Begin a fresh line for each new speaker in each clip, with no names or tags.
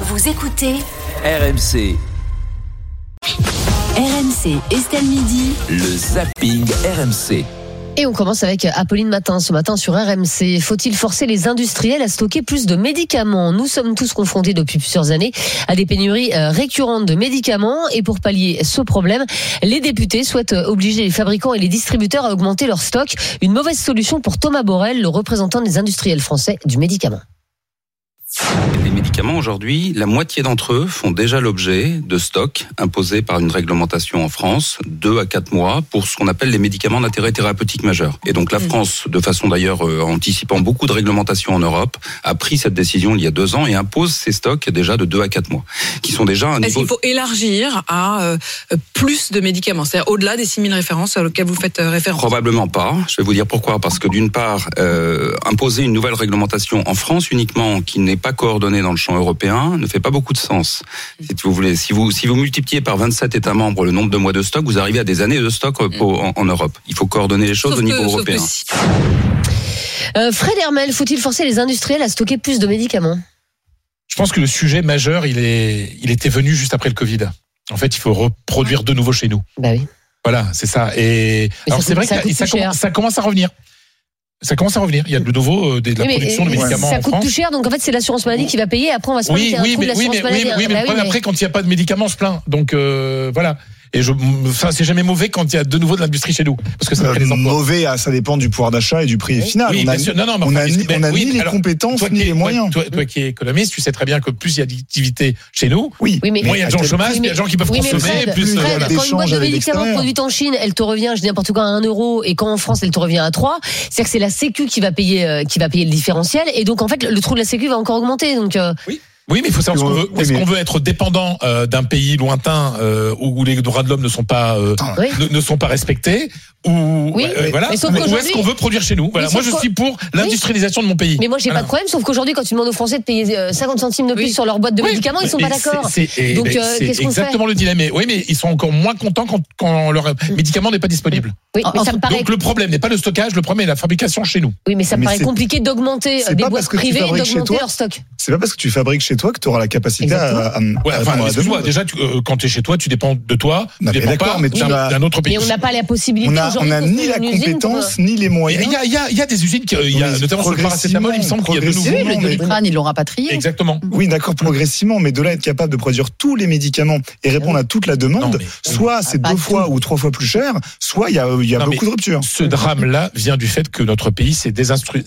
Vous écoutez
RMC,
RMC Estelle Midi.
le zapping RMC.
Et on commence avec Apolline Matin ce matin sur RMC. Faut-il forcer les industriels à stocker plus de médicaments Nous sommes tous confrontés depuis plusieurs années à des pénuries euh, récurrentes de médicaments et pour pallier ce problème, les députés souhaitent euh, obliger les fabricants et les distributeurs à augmenter leur stock. Une mauvaise solution pour Thomas Borrell, le représentant des industriels français du médicament.
Les médicaments aujourd'hui, la moitié d'entre eux font déjà l'objet de stocks imposés par une réglementation en France, deux à quatre mois, pour ce qu'on appelle les médicaments d'intérêt thérapeutique majeur. Et donc la France, de façon d'ailleurs euh, anticipant beaucoup de réglementations en Europe, a pris cette décision il y a deux ans et impose ces stocks déjà de deux à quatre mois, qui sont déjà un
Est-ce
niveau...
qu'il faut élargir à euh, euh, plus de médicaments C'est-à-dire au-delà des 6000 références auxquelles vous faites euh, référence
Probablement pas. Je vais vous dire pourquoi. Parce que d'une part, euh, imposer une nouvelle réglementation en France uniquement qui n'est pas coordonnée dans le champ européen ne fait pas beaucoup de sens. Si vous voulez, si vous si vous multipliez par 27 États membres le nombre de mois de stock, vous arrivez à des années de stock euh, pour- en, en Europe. Il faut coordonner les choses
Mm. Sauf
au niveau
que- sauf
européen.
que si-
Euh, Fred Hermel, faut-il forcer les industriels à stocker plus de médicaments
Je pense que le sujet majeur, il, est, il était venu juste après le Covid. En fait, il faut reproduire de nouveau chez nous.
Bah oui.
Voilà, c'est ça. Et
Mais
alors
ça
c'est
coûte-
vrai
ça
que
coûte
ça,
plus
commence-
cher.
ça commence à revenir. Ça commence à revenir. Il y a de nouveau euh, des- de la
Oui, mais,
production de
euh,
médicaments
ça
en
coûte
France.
tout cher, donc en fait c'est l'assurance maladie qui va payer. Après on va se
Oui,
mettre un
oui,
coup de
mais, oui,
l'assurance
mais,
maladie.
oui, oui, mais
Bah
le problème
mais-
après, quand il n'y a pas de médicaments, on se plaint. Donc euh, voilà. Et je, enfin, c'est jamais mauvais quand il y a de nouveau de l'industrie chez nous, parce que ça
Euh,
crée des emplois.
mauvais, ah, ça dépend du pouvoir d'achat et du prix final.
Oui,
on a,
bien sûr. Non, non, mais
on
enfin,
a ni,
mais-
on a
oui,
ni les
alors,
compétences
toi
ni
qui es-
les moyens.
Toi, toi- toi qui es économiste, tu sais très bien que plus il y a d'activité chez nous,
oui,
Oui, mais-
moins il y a de gens au chômage,
Oui,
plus il y a de gens qui peuvent
Oui, mais
consommer,
Fred,
plus. euh,
Fred, quand
voilà.
une boîte
d'échanges
de
avec
médicaments
l'extérieur.
produite en Chine, elle te revient, je dis n'importe quoi, à 1 euro, et quand en France, elle te revient à 3, c'est-à-dire que c'est la Sécu qui va payer, euh, qui va payer le différentiel, et donc en fait, le trou de la Sécu va encore augmenter. Donc, euh,
Oui, mais il faut savoir ce qu'on veut.
Oui,
Est-ce
mais-
qu'on veut être dépendant euh, d'un pays lointain euh, où où les droits de l'homme ne sont pas euh,
Attends.
Oui.
ne, ne sont pas respectés ou
Oui,
euh, voilà
mais sauf
ou est-ce
qu'aujourd'hui-
qu'on veut produire chez nous Voilà,
Mais
moi
sauf
je
qu'au-
suis pour l'industrialisation de mon pays.
mais moi, j'ai
Voilà.
pas de problème, sauf qu'aujourd'hui, quand tu demandes aux Français de payer euh, 50 centimes de plus
Oui.
sur leur boîte de
Oui,
médicaments, ils sont
mais
pas d'accord.
c'est- c'est- et
Donc,
ben,
euh,
c'est
qu'est-ce qu'on fait
exactement le dilemme. Et Oui, mais ils sont encore moins contents quand, quand leur médicament n'est pas disponible.
Oui, mais
En-
Ah,
ça me paraît,
Donc le problème n'est pas le stockage, le problème est la fabrication chez nous.
oui, mais ça me
Mais
paraît
c'est-
compliqué d'augmenter
c'est
euh, des
pas
boîtes
parce que tu
privées et
fabriques chez
d'augmenter
toi.
leur stock.
c'est pas parce que tu fabriques chez toi que tu auras la capacité à,
Exactement.
à,
Ouais,
à répondre à
enfin,
la
excuse-moi,
demande.
déjà tu, euh, quand tu es chez toi, tu dépends de toi,
Non,
tu
mais
dépends
d'accord,
pas
mais tu
d'un
vas-
d'un autre pays.
Mais on n'a pas la possibilité
on a,
aujourd'hui
on a
de
ni
construire une
la
usine pour, euh,
compétence ni les
Mais
moyens.
Il y, a, il, y a, il y a des usines qui, euh, il y a,
Oui,
notamment sur le
progressivement,
paracétamol, il me semble qu'il y a de nouveaux.
progressivement. Oui, mais
Doliprane, ils l'ont rapatrié.
Exactement.
Oui, d'accord, progressivement, mais de là à être capable de produire tous les médicaments et répondre à toute la
Non,
demande,
mais-
soit c'est
pas
deux
tout.
fois ou trois fois plus cher, soit il y a, il y a
Non, mais-
beaucoup de ruptures.
Ce drame-là vient du fait que notre pays s'est désinstru-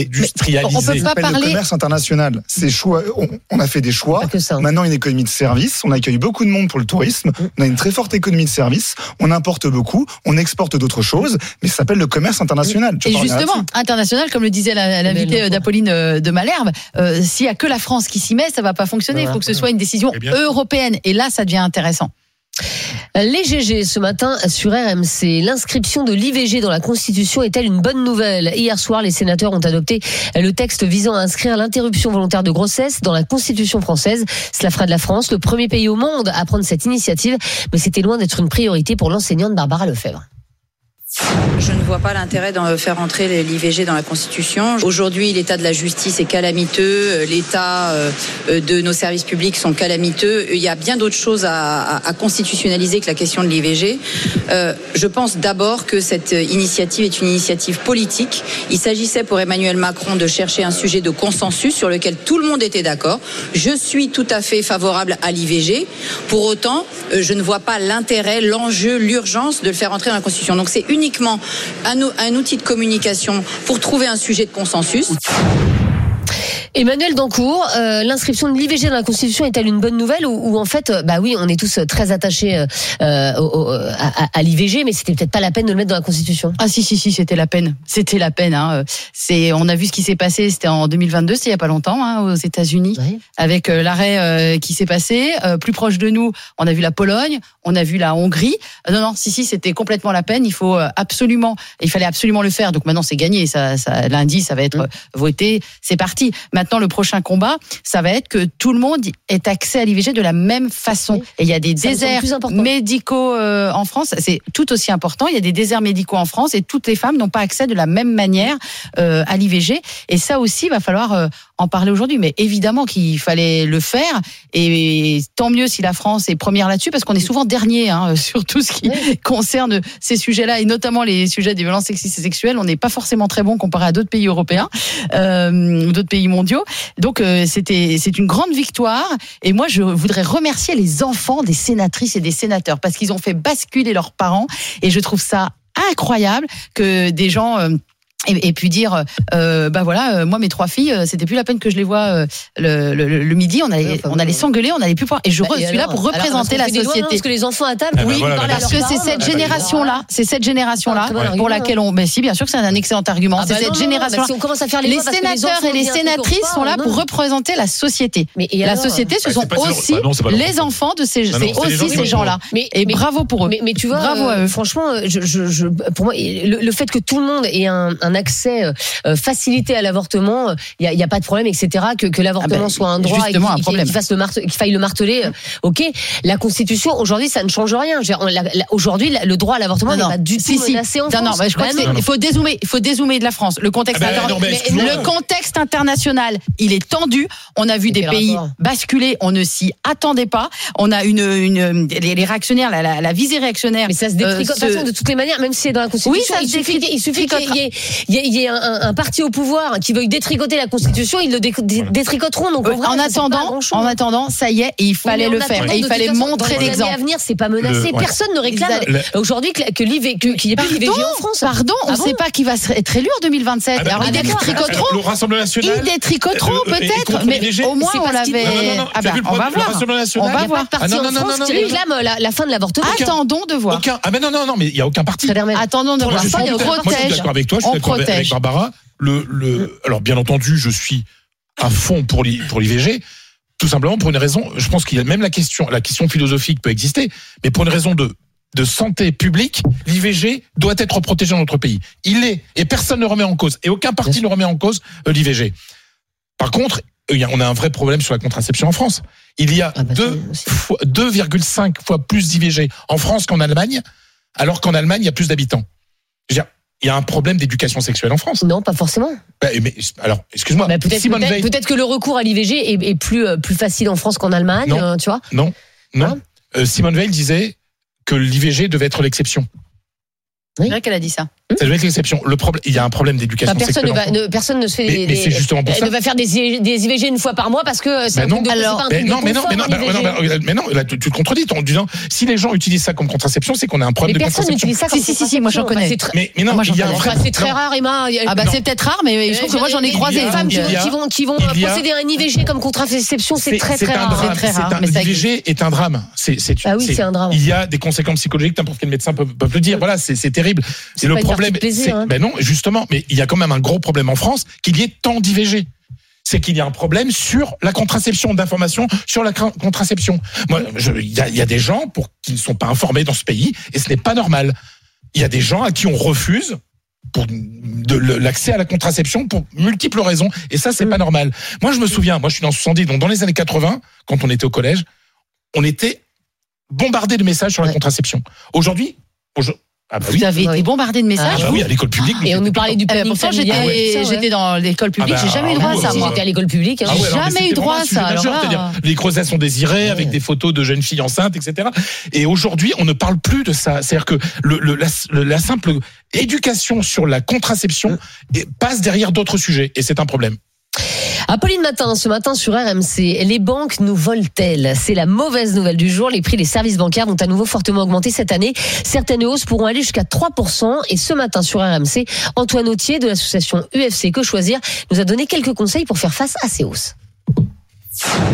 on peut
désindustrialisé.
pas
s'appelle le
parler.
commerce international. Ces choix, on, on a fait des choix.
Pas que ça.
Maintenant, une économie de service. On accueille beaucoup de monde pour le tourisme.
Mm.
On a une très forte économie de service. On importe beaucoup. On exporte d'autres choses. Mais ça s'appelle le commerce international. Tu
Et
peux revenir
justement,
là-dessus.
international, comme le disait la-
Belle,
l'invité
quoi.
euh, d'Apolline euh, de Malherbe, euh, s'il y a que la France qui s'y met, ça va pas fonctionner. Il
Voilà.
faut que ce soit une décision
Eh bien.
européenne. Et là, ça devient intéressant.
Les GG ce matin sur RMC. L'inscription de l'IVG dans la Constitution est-elle une bonne nouvelle Hier soir, les sénateurs ont adopté le texte visant à inscrire l'interruption volontaire de grossesse dans la Constitution française. Cela fera de la France le premier pays au monde à prendre cette initiative, mais c'était loin d'être une priorité pour l'enseignante Barbara Lefebvre.
Je ne vois pas l'intérêt d'en faire entrer les- l'IVG dans la Constitution. Aujourd'hui, l'état de la justice est calamiteux, euh, l'état euh, euh, de nos services publics sont calamiteux. Il y a bien d'autres choses à, à- à constitutionnaliser que la question de l'IVG. Euh, je pense d'abord que cette initiative est une initiative politique. Il s'agissait pour Emmanuel Macron de chercher un sujet de consensus sur lequel tout le monde était d'accord. Je suis tout à fait favorable à l'IVG. Pour autant, euh, je ne vois pas l'intérêt, l'enjeu, l'urgence de le faire entrer dans la Constitution. Donc c'est uniquement un, ou- un outil de communication pour trouver un sujet de consensus.
Emmanuel Dancourt, euh, l'inscription de l'IVG dans la Constitution est-elle une bonne nouvelle ou, ou en fait, euh, bah oui, on est tous euh, très attachés euh, euh, au- au- à, à- à l'IVG, mais c'était peut-être pas la peine de le mettre dans la Constitution.
Ah si si si, c'était la peine, c'était la peine. Hein. C'est, on a vu ce qui s'est passé. C'était en 2022, c'est il y a pas longtemps, hein, aux États-Unis, avec euh, l'arrêt euh, qui s'est passé. Euh, plus proche de nous, on a vu la Pologne, on a vu la Hongrie. Euh, non non, si si, c'était complètement la peine. Il faut euh,
Mm.
absolument, il fallait absolument le faire. Donc maintenant c'est gagné. Ça, ça- lundi, ça va être euh, voté. C'est parti. Mais
maintenant, le prochain combat, ça va être que tout le monde ait accès à l'IVG de la même façon.
Oui.
Et il y a des
Ça me semble
déserts
plus important.
médicaux euh, en France, c'est tout aussi important. Il y a des déserts médicaux en France et toutes les femmes n'ont pas accès de la même manière euh, à l'IVG. Et ça aussi, il va falloir euh, en parler aujourd'hui. Mais évidemment qu'il fallait le faire. Et tant mieux si la France est première là-dessus, parce qu'on est souvent dernier hein, sur tout ce qui concerne ces sujets-là, et notamment les sujets des violences sexistes et sexuelles. On n'est pas forcément très bon comparé à d'autres pays européens, euh, ou d'autres pays mondiaux. Donc euh, c'était c'est une grande victoire. Et moi, je voudrais remercier les enfants des sénatrices et des sénateurs, parce qu'ils ont fait basculer leurs parents. Et je trouve ça incroyable que des gens... euh, aient aient pu dire, euh, bah voilà, euh, moi mes trois filles, euh, c'était plus la peine que je les vois euh, le, le- le midi, on allait,
Ouais, enfin,
on allait
bon.
s'engueuler, on allait plus pouvoir. Et je
Bah,
re-
et
suis là
alors Alors,
pour
on se fait
représenter la
des hein, doigts, non,
société.
parce que les enfants à table,
Ah bah
oui,
voilà,
ils parlent
bah,
à
Parce que
leurs
c'est
parents,
cette
bah, bah,
génération-là, c'est cette génération-là
C'est un très bon
pour
argument,
laquelle on. Mais si, bien sûr que c'est un excellent argument.
bah, Ah bah
c'est
non, non,
cette
non,
génération-là.
bah, si on commence à faire les,
les
lois parce que
sénateurs
enfants
et les
ont dit un truc, on
sénatrices
repart,
sont là
non.
pour représenter la société.
Mais et
La
alors
société, ce
Bah,
sont
c'est pas toujours-
aussi
Bah non, c'est pas leur
les
faute.
enfants de ces, c'est
Bah non, c'est les gens
aussi
qui
ces
le font.
gens-là.
Mais,
Et
mais-
bravo pour eux.
Mais, mais tu vois,
Bravo à
euh,
eux.
franchement, euh, je, je, je- pour moi, le, le fait que tout le monde ait un, un accès euh, euh, facilité à l'avortement, il n'y a, pas de problème, etc. Que, que l'avortement
Ah ben,
soit un droit et qu'il
justement, un
qu'il-
problème.
qu'il fasse le marte- qu'il faille le marteler, euh, ok. La Constitution, aujourd'hui, ça ne change rien. Je veux dire, on- la- la- Aujourd'hui, la- le droit à l'avortement
Non,
n'est
Ah non.
pas du
Si,
tout
si.
menacé en
Non, non,
France.
bah, je crois
Bah
que
non.
c'est- il faut dézoomer, il faut dézoomer de la France. Le contexte,
Ah bah,
inter-
non, mais
mais
excuse-moi.
le contexte international, il est tendu. On a vu
Mais
des
quel
pays
rapport
basculer, on ne s'y attendait pas. On a une, une les, les réactionnaires, la, la, la visée réactionnaire.
Mais ça se
euh,
détricote de, toute
se-
façon, de toutes les manières, même si c'est dans la Constitution.
Oui, ça
il
se
suffit,
détricote-
qu'il- il suffit qu'il y ait, il y ait- il y ait un, un- un parti au pouvoir qui veuille détricoter la Constitution, ils le dé- dé- détricoteront. Donc, en,
en,
vrai, ça, c'est pas
attendant,
grand-chose.
en attendant, ça y est, et il fallait
Oui, mais
le
en
faire.
attendant,
Et il
de
fallait
toute façon,
montrer
Dans les années à
l'exemple.
venir, c'est pas menacé.
Le- ouais.
Personne ne réclame
Ils
allaient-
aujourd'hui que- que l'IV- que- qu'il n'y ait plus d'IVG en France.
Pardon, on
Ah
ne
bon
sait pas qui va se- être élu en 2027.
Ah bah,
Alors,
mais
ils
d'accord. Alors,
détricoteront,
Le Rassemblement
ils
National.
détricoteront
Euh, euh, et
peut-être,
contre
mais
l'IVG.
au moins
C'est
on
parce qu'ils-
l'avait.
Non, non, non,
non,
Ah
t'as
bah,
vu le
on
problème,
va
le
voir.
Rassemblement
On va
National
Il n'y a pas
voir.
de parti
Ah, non,
en
non, non,
France
non,
qui
non,
réclame la, la fin de l'avortement.
Attendons de voir.
Aucun. Ah mais non non non mais il y a aucun parti.
Très bien, madame.
Attendons de
Moi,
voir.
je suis
On
d'accord- moi, je suis
protège.
d'accord avec toi, je
On
suis d'accord avec- avec
protège.
Barbara. Le, le, alors, bien entendu, je suis à fond pour l'I- pour l'IVG, tout simplement pour une raison, je pense qu'il y a même la question, la question philosophique peut exister, mais pour une raison de, de santé publique, l'IVG doit être protégé dans notre pays. Il est, et personne ne remet en cause, et aucun parti ne remet en cause euh, l'IVG. Par contre, il y a- on a un vrai problème sur la contraception en France. Il y a
Ah bah,
deux
ça, aussi.
fois- 2,5 fois plus d'IVG en France qu'en Allemagne, alors qu'en Allemagne, il y a plus d'habitants. Je veux dire, Il y a un problème d'éducation sexuelle en France.
Non, pas forcément.
Bah, mais, alors, excuse-moi,
Bah, peut-être
Simone
peut-être-
Veil,
peut-être que le recours à l'IVG est, est plus, euh, plus facile en France qu'en Allemagne,
Non.
euh, tu vois.
non, non.
Hein
Euh, Simone Veil disait que l'IVG devait être l'exception.
C'est vrai qu'elle a dit ça.
Ça devait être l'exception. Le problème, il y a un problème d'éducation
Hmm Enfin, personne, ne
sexuelle. en
va,
France.
ne- personne ne se fait
Mais-
des,
mais c'est
des-
justement pour
euh,
ça.
ne va faire des, I- des IVG une fois par mois parce que c'est un
Bah non.
truc de- c'est
Alors,
pas un
Mais
truc de
non, mais non,
confort,
mais non, mais
l'IVG.
non, mais non, mais non, là, tu, tu te contredis en disant si les gens utilisent ça comme contraception, c'est qu'on a un
Mais
problème de
personne
contraception.
n'utilise ça comme
Si, si, si, si, moi, j'en
contraception.
connais.
Bah, c'est tr-
Mais, mais non,
Moi, j'en
il y a un
connais
vrai-
Enfin, c'est très
non.
rare, Emma. Il y a-
Ah bah
Non.
c'est peut-être rare, mais je trouve que moi j'en ai croisé.
des
il y a-
femmes qui
il y a-
vont, qui vont, qui vont
il y a-
procéder à un IVG comme contraception, c'est très très
un
rare.
drame.
C'est très
C'est
rare,
un-
mais ça
L'IVG est un drame. C'est- c'est-
Ah oui,
c'est-
c'est un drame.
Il y a des conséquences psychologiques, n'importe quel médecin peut, peut le dire. Voilà, c'est c'est terrible.
C'est
Et le
pas une partie
problème,
de plaisir,
c'est-
hein.
ben non, justement, mais il y a quand même un gros problème en France qu'il y ait tant d'IVG. C'est qu'il y a un problème sur la contraception, d'information sur la cra- contraception. Moi, je- il y, a- il y a des gens pour qui ne sont pas informés dans ce pays et ce n'est pas normal. Il y a des gens à qui on refuse pour de le- l'accès à la contraception pour multiples raisons et ça
Mm.
c'est pas normal. Moi je me souviens, moi je suis dans 70 donc dans les années 80 quand on était au collège, on était bombardé de messages sur la
Ouais.
contraception. Aujourd'hui, aujo- ah bah oui,
Vous avez été
Oui.
bombardé de
ah
messages
bah oui, à l'école publique.
Et on nous parlait du
Eh ben,
planning
Pourtant
familial. Ah
j'étais Ah j'étais dans l'école publique,
Ah bah,
j'ai jamais eu
alors,
droit à
nous,
ça
euh,
moi.
j'étais à l'école publique. hein.
Ah ouais, alors, mais
jamais eu
c'était
droit à
vraiment un sujet
ça, alors
majeur,
là.
c'est-à-dire les grossesses non désirées avec des photos de jeunes filles enceintes, etc. Et aujourd'hui, on ne parle plus de ça. C'est-à-dire que le, le- la, le- la simple éducation sur la contraception eh, passe derrière d'autres sujets et c'est un problème.
Apolline Matin, ce matin sur RMC, les banques nous volent-elles C'est la mauvaise nouvelle du jour. Les prix des services bancaires vont à nouveau fortement augmenter cette année. Certaines hausses pourront aller jusqu'à 3%. Et ce matin sur RMC, Antoine Autier de l'association UFC Que Choisir nous a donné quelques conseils pour faire face à ces hausses.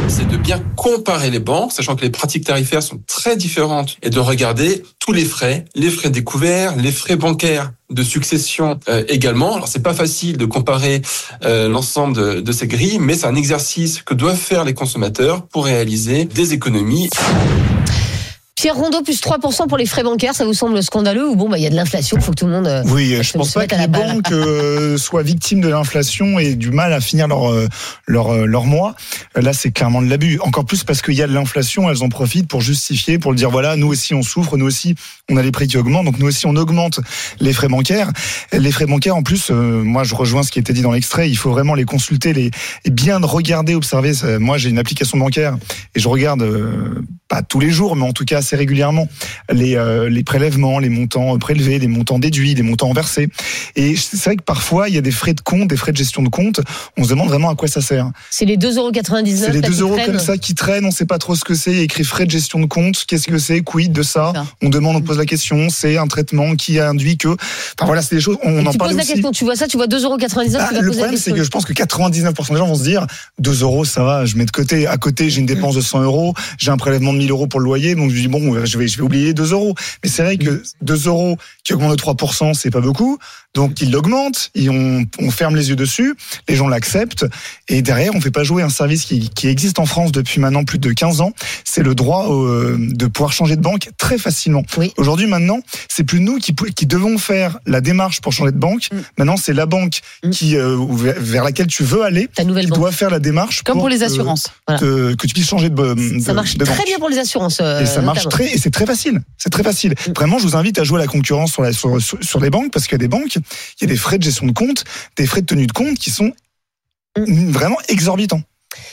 c'est de bien comparer les banques, sachant que les pratiques tarifaires sont très différentes, et de regarder tous les frais, les frais découverts, les frais bancaires de succession euh, également. Alors c'est pas facile de comparer euh, l'ensemble de, de ces grilles, mais c'est un exercice que doivent faire les consommateurs pour réaliser des économies.
cher. Rondo plus 3% pour les frais bancaires, ça vous semble scandaleux ou bon, bah, il y a de l'inflation, il faut que tout le monde. euh,
Oui, je
se-
pense
se
pas
mette
que
à la
les
balle.
banques euh, soient victimes de l'inflation et du mal à finir leur euh, leur euh, leur mois. Euh, Là, c'est clairement de l'abus. Encore plus parce qu'il y a de l'inflation, elles en profitent pour justifier, pour le dire voilà, nous aussi on souffre, nous aussi on a les prix qui augmentent, donc nous aussi on augmente les frais bancaires. Les frais bancaires, en plus, euh, moi je rejoins ce qui était dit dans l'extrait. Il faut vraiment les consulter, les et bien de regarder, observer. Ça, Moi, j'ai une application bancaire et je regarde euh, pas tous les jours, mais en tout cas assez régulièrement les euh, les prélèvements, les montants prélevés, les montants déduits, les montants versés. Et c'est vrai que parfois, il y a des frais de compte, des frais de gestion de compte. On se demande vraiment à quoi ça sert.
C'est les 2,99€.
C'est les
là, qui
2 euros
traînent.
comme ça qui traînent, on sait pas trop ce que c'est. Il y a écrit frais de gestion de compte, qu'est-ce que c'est, quid de ça.
Ça.
On demande, on pose la question, c'est un traitement qui a induit que. Enfin voilà, c'est des choses, on
Et
en
tu
parle
poses la
aussi.
question, tu vois ça, tu vois 2,99€,
Ah,
tu vas poser
le
la
problème, c'est
question.
que je pense que 99% des gens vont se dire 2 euros, ça va, je mets de côté. À côté, j'ai une dépense de 100 euros, j'ai un prélèvement de 1000 euros pour le loyer, donc je dis bon, euh, je vais, je vais oublier 2 euros. Mais c'est vrai
Mm.
que 2 euros qui augmente de 3%, c'est pas beaucoup. Donc ils l'augmentent, et on, on ferme les yeux dessus, les gens l'acceptent. Et derrière, on fait pas jouer un service qui, qui existe en France depuis maintenant plus de 15 ans. C'est le droit euh, de pouvoir changer de banque très facilement.
Oui.
Aujourd'hui, maintenant, c'est plus nous qui, pou- qui devons faire la démarche pour changer de banque.
Mm.
Maintenant, c'est la banque
Mm.
qui euh, ou vers, vers laquelle tu veux aller
Ta nouvelle
qui
banque.
doit faire la démarche
Comme pour
te-
les assurances.
Voilà.
te- que tu puisses changer de, hum, de-
Ça marche
de banque.
très bien pour les assurances. euh,
Et ça marche
notamment.
très et c'est très facile. C'est très facile.
Mm.
Vraiment, je vous invite à jouer à la concurrence sur, la- sur, sur- sur les banques parce qu'il y a des banques, il y a des frais de gestion de compte, des frais de tenue de compte qui sont
Mm.
vraiment exorbitants.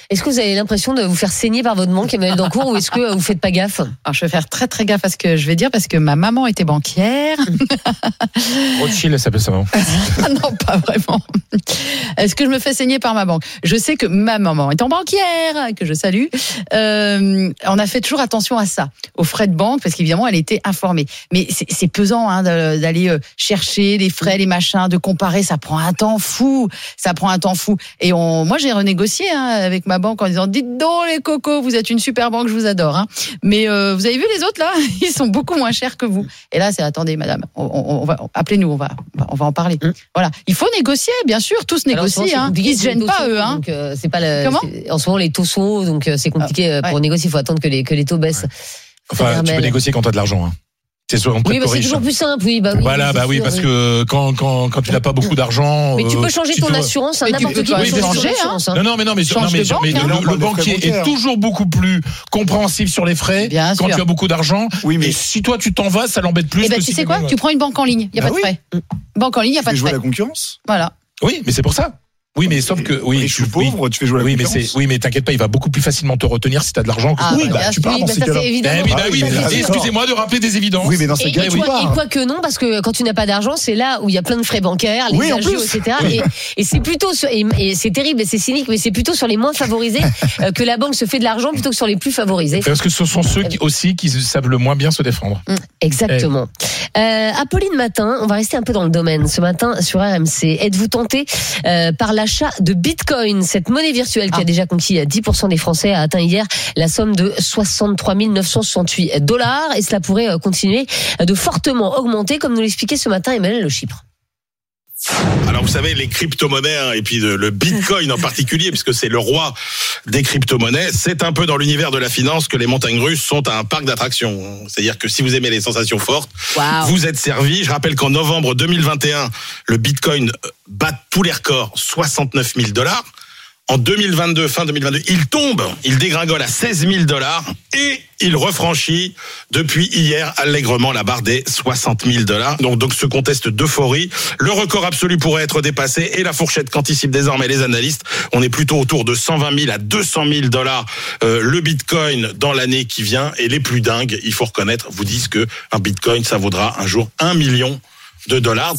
Est-ce que vous avez l'impression de vous faire saigner par votre banque, Emmanuel Dancourt, ou est-ce que vous faites pas gaffe
Alors, je vais faire très très gaffe à ce que je vais dire parce que ma maman était banquière.
Rothschild, ça peut ça.
Ah non, pas vraiment. Est-ce que je me fais saigner par ma banque Je sais que ma maman étant banquière, que je salue, euh, on a fait toujours attention à ça, aux frais de banque, parce qu'évidemment, elle était informée. Mais c'est c'est pesant hein, de- d'aller euh, chercher les frais, les machins, de comparer, ça prend un temps fou, ça prend un temps fou. Et on, moi, j'ai renégocié hein, avec ma banque en disant, dites donc les cocos, vous êtes une super banque, je vous adore. hein. Mais euh, vous avez vu les autres là Ils sont beaucoup moins chers que vous. Et là, c'est, attendez, madame, on, on- on va appelez-nous, on va, on va- on va en parler. Voilà, il faut négocier, bien sûr, tous
Hein? Alors, en ce moment,
négocient.
c'est
Hein.
compliqué,
Ils se
c'est les
gênent
taux
pas
sont-
eux. Hein.
donc, euh, c'est pas le-
Comment Ah,
c'est- En ce moment, les taux sont hauts, donc euh, c'est compliqué euh, pour
ouais.
négocier. Il faut attendre que les, que les taux baissent.
Enfin, tu peux
Hermel.
négocier quand t'as de l'argent. Hein. C'est souvent
Oui, bah, c'est
riche.
toujours plus simple. Oui, bah oui.
Voilà,
c'est
bah oui,
sûr,
parce que quand, quand, quand tu n'as pas beaucoup d'argent.
Mais tu
euh,
peux changer
tu
ton
dois-
assurance, hein,
Mais tu
n'importe
peux
qui peut
changer,
changer son
hein.
assurance. hein.
Non, non, mais non, mais,
Change
non, mais-
de banque,
mais
hein.
le-
Non, on
le,
parle de frais
banquier est
bancaires.
toujours beaucoup plus compréhensif sur les frais
Bien
quand
sûr.
tu as beaucoup d'argent.
Oui, mais-
Et si toi tu t'en vas, ça l'embête plus.
Et
Bah,
ben
que
tu
si
sais quoi Tu prends une banque en ligne, il y a
Bah
pas de
oui.
frais. Mm. Banque en ligne, il y a
Tu
pas
fais
de
jouer à
frais.
la concurrence.
euh,
Voilà.
Oui, mais c'est pour ça. Oui, mais sauf que oui,
Et je suis
tu- oui.
pauvre, tu fais jouer à la
Oui, mais
concurrence.
c'est oui, mais t'inquiète pas, il va beaucoup plus facilement te retenir si t'as de l'argent. que-
Ah,
oui,
bah,
bah,
bien
tu
sûr.
pars
Oui,
dans
bah,
ces
ça,
cas-là.
c'est
Eh
évident.
oui, bah
Ah,
oui,
oui,
mais
bah,
excusez-moi de rappeler des évidences.
Oui, mais dans
Et,
ces
et
cas-là,
quoi,
tu pars.
et quoi que non, parce que quand tu n'as pas d'argent, c'est là où il y a plein de frais bancaires, les
Oui, en
agios,
plus.
etc.
Oui.
Et, et c'est plutôt, sur- et, et c'est terrible et c'est cynique, mais c'est plutôt sur les moins favorisés euh, que la banque se fait de l'argent plutôt que sur les plus favorisés.
Parce que ce sont ceux qui, aussi qui savent le moins bien se défendre.
Exactement. Euh, Apolline Matin, on va rester un peu dans le domaine ce matin sur RMC. Êtes-vous tenté euh, par l'achat de Bitcoin, cette monnaie virtuelle qui a
Ah.
déjà conquis euh, 10% des Français, a atteint hier la somme de 63 968 dollars et cela pourrait euh, continuer de fortement augmenter, comme nous l'expliquait ce matin Emmanuel Le Chypre.
Alors vous savez, les crypto-monnaies hein, et puis le, le Bitcoin en particulier, puisque c'est le roi des crypto-monnaies, c'est un peu dans l'univers de la finance que les montagnes russes sont un parc d'attractions. C'est-à-dire que si vous aimez les sensations fortes,
Ah
vous êtes servi. Je rappelle qu'en novembre 2021, le Bitcoin euh, bat tous les records, 69 000 dollars. En 2022, fin 2022, il tombe, il dégringole à 16 000 dollars et il refranchit depuis hier allègrement la barre des 60 000 dollars. Hein, Donc, donc ce conteste d'euphorie, le record absolu pourrait être dépassé et la fourchette qu'anticipent désormais les analystes, on est plutôt autour de 120 000 à 200 000 dollars euh, le Bitcoin dans l'année qui vient. Et les plus dingues, il faut reconnaître, vous disent que un Bitcoin, ça vaudra un jour 1 million de dollars.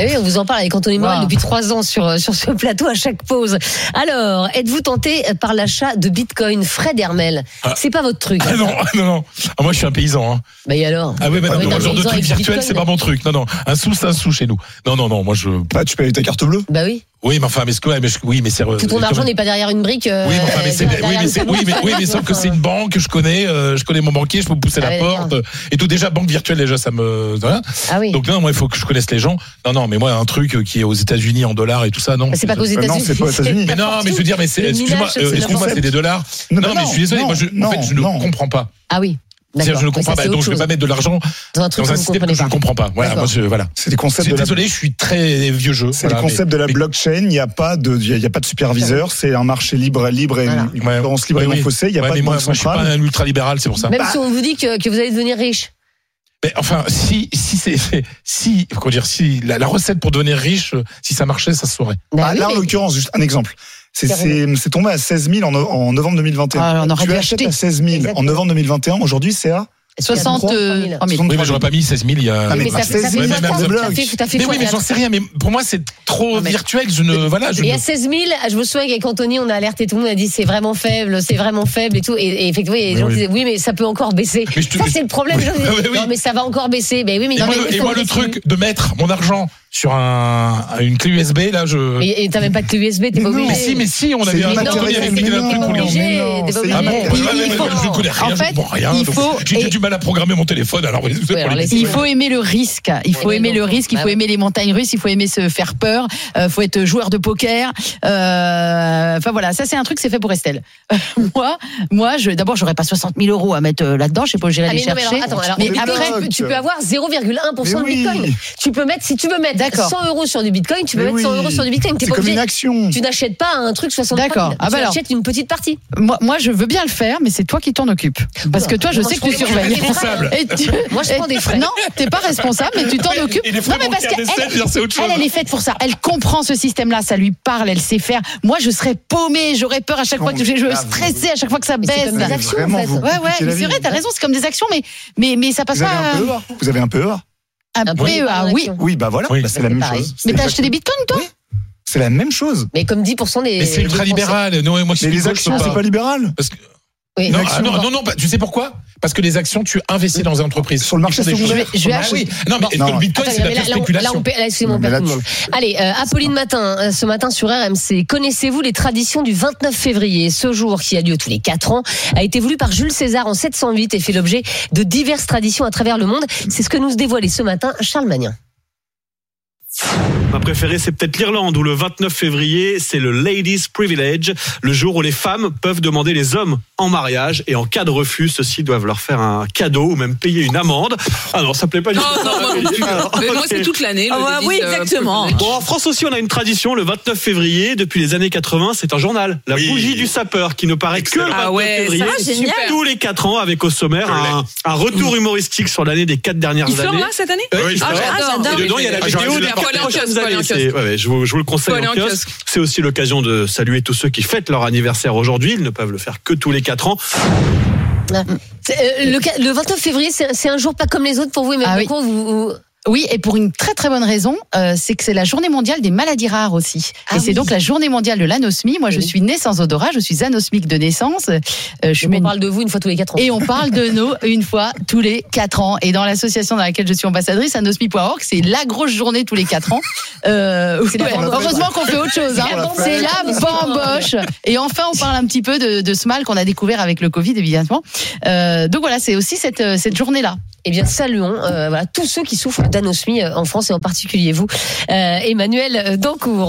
Eh oui, on vous en parle avec Anthony Morel
Wow.
depuis trois ans sur, euh, sur ce plateau à chaque pause. Alors, êtes-vous tenté par l'achat de Bitcoin, Fred Hermel C'est pas votre truc.
Ah non, ah non, non. Ah, moi, je suis un paysan. Hein.
Bah et alors
Ah oui, mais non,
Oui,
non,
non,
le
mais
genre de
ils ont
truc
avec
virtuel,
Bitcoin.
c'est pas mon truc. Non, non. Un sou, c'est un sou chez nous. Non, non, non. Moi, je.
Bah, tu peux aller ta carte bleue.
Bah oui.
Oui, mais enfin, mais, ce que- ouais, mais je- oui, mais c'est.
Tout ton
mais
argent
comme-
n'est pas derrière une brique. euh,
Oui, mais enfin, mais c'est-
derrière
oui, mais
une
c'est-
banque.
oui, mais, oui, mais sauf que c'est une banque, je connais, euh, je connais mon banquier, je peux pousser
Ah
la
ouais,
porte,
d'accord.
euh, et tout. Déjà, banque virtuelle, déjà, ça me, voilà.
Ah oui.
Donc, non, moi, il faut que je connaisse les gens. Non, non, mais moi, un truc euh, qui est aux États-Unis en dollars et tout ça, non.
Bah, c'est pas qu'aux
Euh, non,
États-Unis.
c'est pas aux États-Unis.
Mais non, mais je veux dire, mais c'est,
Le
excuse-moi,
minage, c'est
euh, excuse-moi,
n'importe
c'est des dollars. Non, mais je suis désolé,
non,
moi, je, en
non,
fait, je ne
non.
comprends pas.
Ah oui.
C'est-à-dire, Je ne
D'accord.
comprends
Oui, ça,
pas.
c'est
donc,
autre
je ne vais
chose.
pas mettre de l'argent
Dans un truc
dans
que
un
vous
système que
comprenez
je ne
pas.
comprends pas. Voilà,
D'accord.
moi, je- voilà.
C'est
Je
des concepts
suis
de la,
désolé, je suis très vieux jeu.
c'est
Voilà,
les concepts
mais-
de la
mais-
blockchain. Il n'y a pas de, il y a- il y a pas de superviseur. C'est un marché libre, libre et
Voilà.
une concurrence libre et
Ouais,
non
oui.
faussée. Il n'y a
Ouais,
pas
mais
de
moi,
banque
moi, je suis pas
centrale.
un ultra-libéral, c'est pour ça.
Même
Bah.
si on vous dit que, que vous allez devenir riche.
Mais enfin, si, si c'est, c'est- si, comment dire, si la, la recette pour devenir riche, euh, si ça marchait, ça se saurait.
Bah,
oui,
là, en
mais-
l'occurrence, juste un exemple. C'est,
Carrément.
c'est, c'est tombé à 16 000 en, no- en novembre 2021.
Ah, on aurait
tu
dû
achètes
acheter. Oh,
à 16 000 en
Exactement.
novembre 2021. Aujourd'hui, c'est à
60
63 000.
000.
Oui,
Oui, mais j'aurais pas mis 16 000 il y a.
Ah, mais
euh, Mais ça
bah,
fait ça
c'est-
fait
ouais,
quoi, ça
Ah, mais même
de
Ça fait-
blocs.
ça fait
Mais
quoi,
oui, mais
là
j'en sais rien, mais pour moi, c'est trop virtuel, je ne, voilà, je
Et
ne.
à 16 000, je me souviens qu'avec Anthony, on a alerté tout le monde, on a dit c'est vraiment faible, c'est vraiment faible et tout. Et, et effectivement, les
Mais
gens
oui.
disaient oui, mais ça peut encore baisser.
Mais je te-
ça, c'est le problème. les gens disaient,
Ah, mais oui.
Non, mais ça va encore baisser. Mais oui, mais
Et
non,
moi,
mais
le,
est-ce
et
qu'on
moi, le
baisse
truc de mettre mon argent sur un, une clé USB, là, je.
Et et t'as même pas de clé USB, t'es pas
Mais non.
Mais
obligé.
si, mais si, on
C'est
avait
du
un
Mais non,
Anthony
Anthony
matériel
avait
mais
fait
féminin,
non, t'es
un
pas
truc pour
obligé,
les
Non,
t'es pas
c'est-
obligé.
Ah bon
Il
Ouais, ouais, ouais,
faut-
Je ne connais rien,
en
je
fait,
ne comprends rien.
il
donc
faut-
J'ai
et-
du mal à programmer mon téléphone, alors vous êtes
Ouais, alors,
pas
laisse-
les-
Il faut aimer le risque. Il faut
Ouais,
aimer
non,
le
non.
risque. Il
Ah
faut
ouais.
aimer les montagnes russes. Il faut aimer se faire peur. Euh, faut être joueur de poker. Euh, Enfin voilà, ça c'est un truc c'est fait pour Estelle. moi, moi, je d'abord j'aurais pas 60 000 euros à mettre euh, là-dedans. Je sais pas où j'irai
Ah,
les
mais non, mais
chercher.
alors, attends, alors,
mais
tu peux-
après,
tu peux- tu peux avoir 0,1% de
Mais oui.
bitcoin. Tu peux mettre, si tu veux mettre
D'accord.
100 euros sur du bitcoin, tu peux
Mais
mettre
oui.
100 euros sur du bitcoin. T'es
C'est
pas
comme
obligé.
une action.
Tu n'achètes pas un truc 60
D'accord. Ah,
tu
bah alors.
achètes une petite partie.
moi, moi, je veux bien le faire, mais c'est toi qui t'en occupes. Parce que toi, je
Moi,
sais
je
que tu
prends-
surveilles.
je prends des frais.
Et tu-
Moi, je prends des frais.
Non, t'es pas responsable, mais tu t'en
Ouais,
occupes.
et les
Non,
frais
mais parce
bancaires d'Estelle,
qu'elle,
dire, c'est autre chose.
elle, elle est faite pour ça. Elle comprend ce système-là, ça lui parle, elle sait faire. Moi, je serais paumée, j'aurais peur à chaque
Non,
fois que
mais
je, je
là,
stressais, à chaque fois que ça
Mais c'est
baisse.
comme des
Mais
actions,
vraiment,
en fait.
vous
Ouais, ouais,
compliquez la
mais c'est
vie.
vrai, t'as raison, c'est comme des actions, mais, mais, mais ça passe
Vous avez
pas.
un
euh,
peu peur Vous avez un peu peur
Un PEA, oui.
Oui, bah voilà,
Oui.
bah, c'est la même
pareil.
chose.
Mais
C'est
t'as acheté des bitcoins, toi
C'est la même chose.
Mais comme 10% des.
Mais c'est ultra libéral. Non, et moi, je suis
Mais les
gauche, je peux
actions, c'est
pas.
pas libéral.
Parce que-
Oui.
Non,
Une action,
ah, non,
pas.
non, non, pas- tu sais pourquoi Parce que les actions, tu investis dans les entreprises.
Sur le marché
Ils font des
secondaire.
choses.
Je vais- je vais
Ah
acheter.
oui. Non, mais est-ce
Non.
que le bitcoin,
Attends,
c'est de
mais
la
là, là, on- là, on
spéculation
peut- là, excusez-moi, on
Mais
perd
là,
tout le monde. Allez, euh, Apolline Matin, euh, ce matin sur RMC, connaissez-vous les traditions du 29 février Ce jour, qui a lieu tous les 4 ans, a été voulu par Jules César en 708 et fait l'objet de diverses traditions à travers le monde. C'est ce que nous dévoilait ce matin Charles Magnin.
Ma préférée, c'est peut-être l'Irlande, où le 29 février, c'est le Ladies Privilege, le jour où les femmes peuvent demander les hommes en mariage, et en cas de refus, ceux-ci doivent leur faire un cadeau ou même payer une amende. Ah non, ça plaît pas du
Non,
tout.
non, moi non plus.
Alors,
Mais Moi, c'est
ok.
toute l'année. le
Ah ouais,
délice,
oui,
euh,
exactement. Bon, en France aussi, on a une tradition. Le 29 février, depuis les années 80, c'est un journal. La
Oui.
bougie du sapeur, qui ne paraît que le 29
Ah ouais,
février.
ça, c'est génial.
Tous les 4 ans, avec au sommaire un, un retour humoristique sur l'année des 4 dernières
Il sort
années.
là cette année
Euh,
Oui,
il
Ah,
sort.
j'adore.
Et dedans, il y a la
Ah, j'aurais
vidéo
dû
des
la
porter.
quatre
Faut aller en
prochaines
kiosque, faut aller en
années. C'est- ouais, ouais, je, vous, je vous le conseille
Faut aller
en
en
kiosque.
kiosque.
C'est aussi l'occasion de saluer tous ceux qui fêtent leur anniversaire aujourd'hui. Ils ne peuvent le faire que tous les 4 ans.
C'est, euh, le, ca- le 29 février, c'est c'est un jour pas comme les autres pour vous, mais
Ah oui.
pourquoi vous. vous-
Oui, et pour une très très bonne raison, euh, c'est que c'est la journée mondiale des maladies rares aussi.
Ah
et c'est
oui.
donc la journée mondiale de l'anosmie. Moi, je
Oui.
suis née sans odorat, je suis anosmique de naissance. Euh, je suis
on
une
parle de vous une fois tous les 4 ans.
Et on parle de nos une fois tous les quatre ans. Et dans l'association dans laquelle je suis ambassadrice, anosmi.org, c'est la grosse journée tous les quatre ans. Euh,
la
ouais,
bamboche.
heureusement qu'on fait autre chose. hein.
C'est la bamboche.
C'est la bamboche. Et enfin, on parle un petit peu de, de ce mal qu'on a découvert avec le Covid, évidemment. Euh, donc voilà, c'est aussi cette, euh, cette journée-là.
Eh bien, saluons euh, voilà, tous ceux qui souffrent d'anosmie euh, en France et en particulier vous, euh, Emmanuel Dancourt.